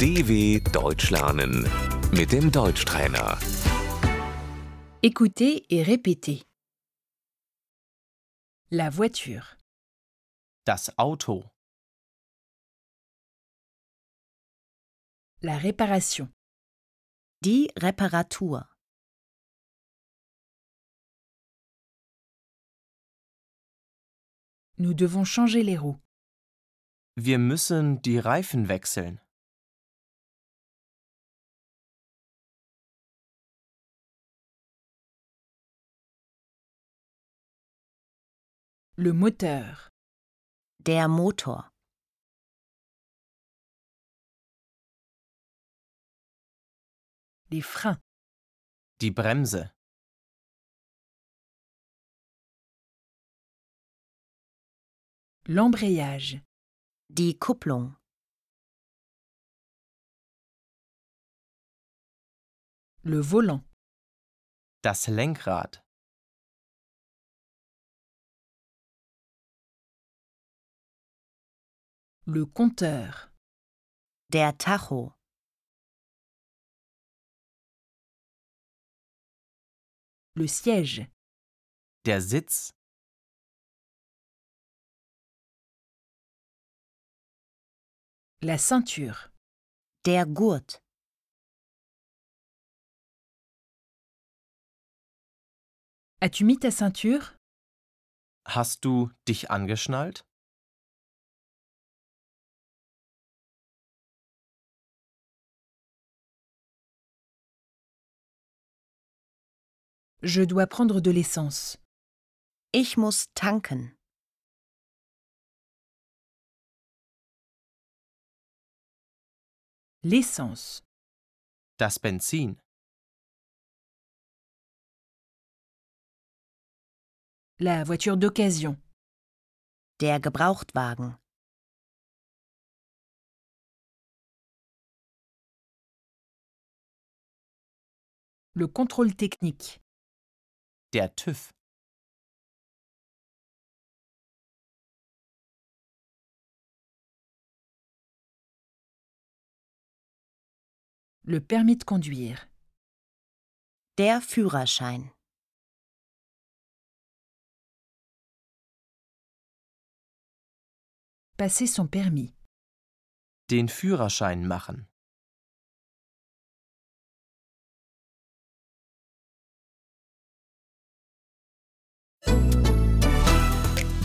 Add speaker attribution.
Speaker 1: DW Deutsch lernen mit dem Deutschtrainer.
Speaker 2: Écoutez et répétez. La voiture,
Speaker 3: Das Auto,
Speaker 2: la réparation,
Speaker 4: Die Reparatur.
Speaker 2: nous devons changer les roues,
Speaker 3: wir müssen die Reifen wechseln,
Speaker 2: le moteur,
Speaker 4: Der Motor.
Speaker 2: les freins,
Speaker 3: die Bremse,
Speaker 2: l'embrayage,
Speaker 4: Die Kupplung.
Speaker 2: le volant,
Speaker 3: das Lenkrad,
Speaker 2: le compteur,
Speaker 4: Der Tacho.
Speaker 2: le siège,
Speaker 3: der Sitz,
Speaker 2: la ceinture,
Speaker 4: Der Gurt.
Speaker 2: As-tu mis ta ceinture
Speaker 3: hast du dich angeschnallt?
Speaker 2: Je dois prendre de l'essence.
Speaker 4: Ich muss tanken.
Speaker 2: L'essence,
Speaker 3: Das Benzin,
Speaker 2: la voiture d'occasion,
Speaker 4: Der Gebrauchtwagen.
Speaker 2: le contrôle technique,
Speaker 3: der TÜV,
Speaker 2: le permis de conduire,
Speaker 4: Der Führerschein.
Speaker 2: passer son permis,
Speaker 3: den Führerschein machen,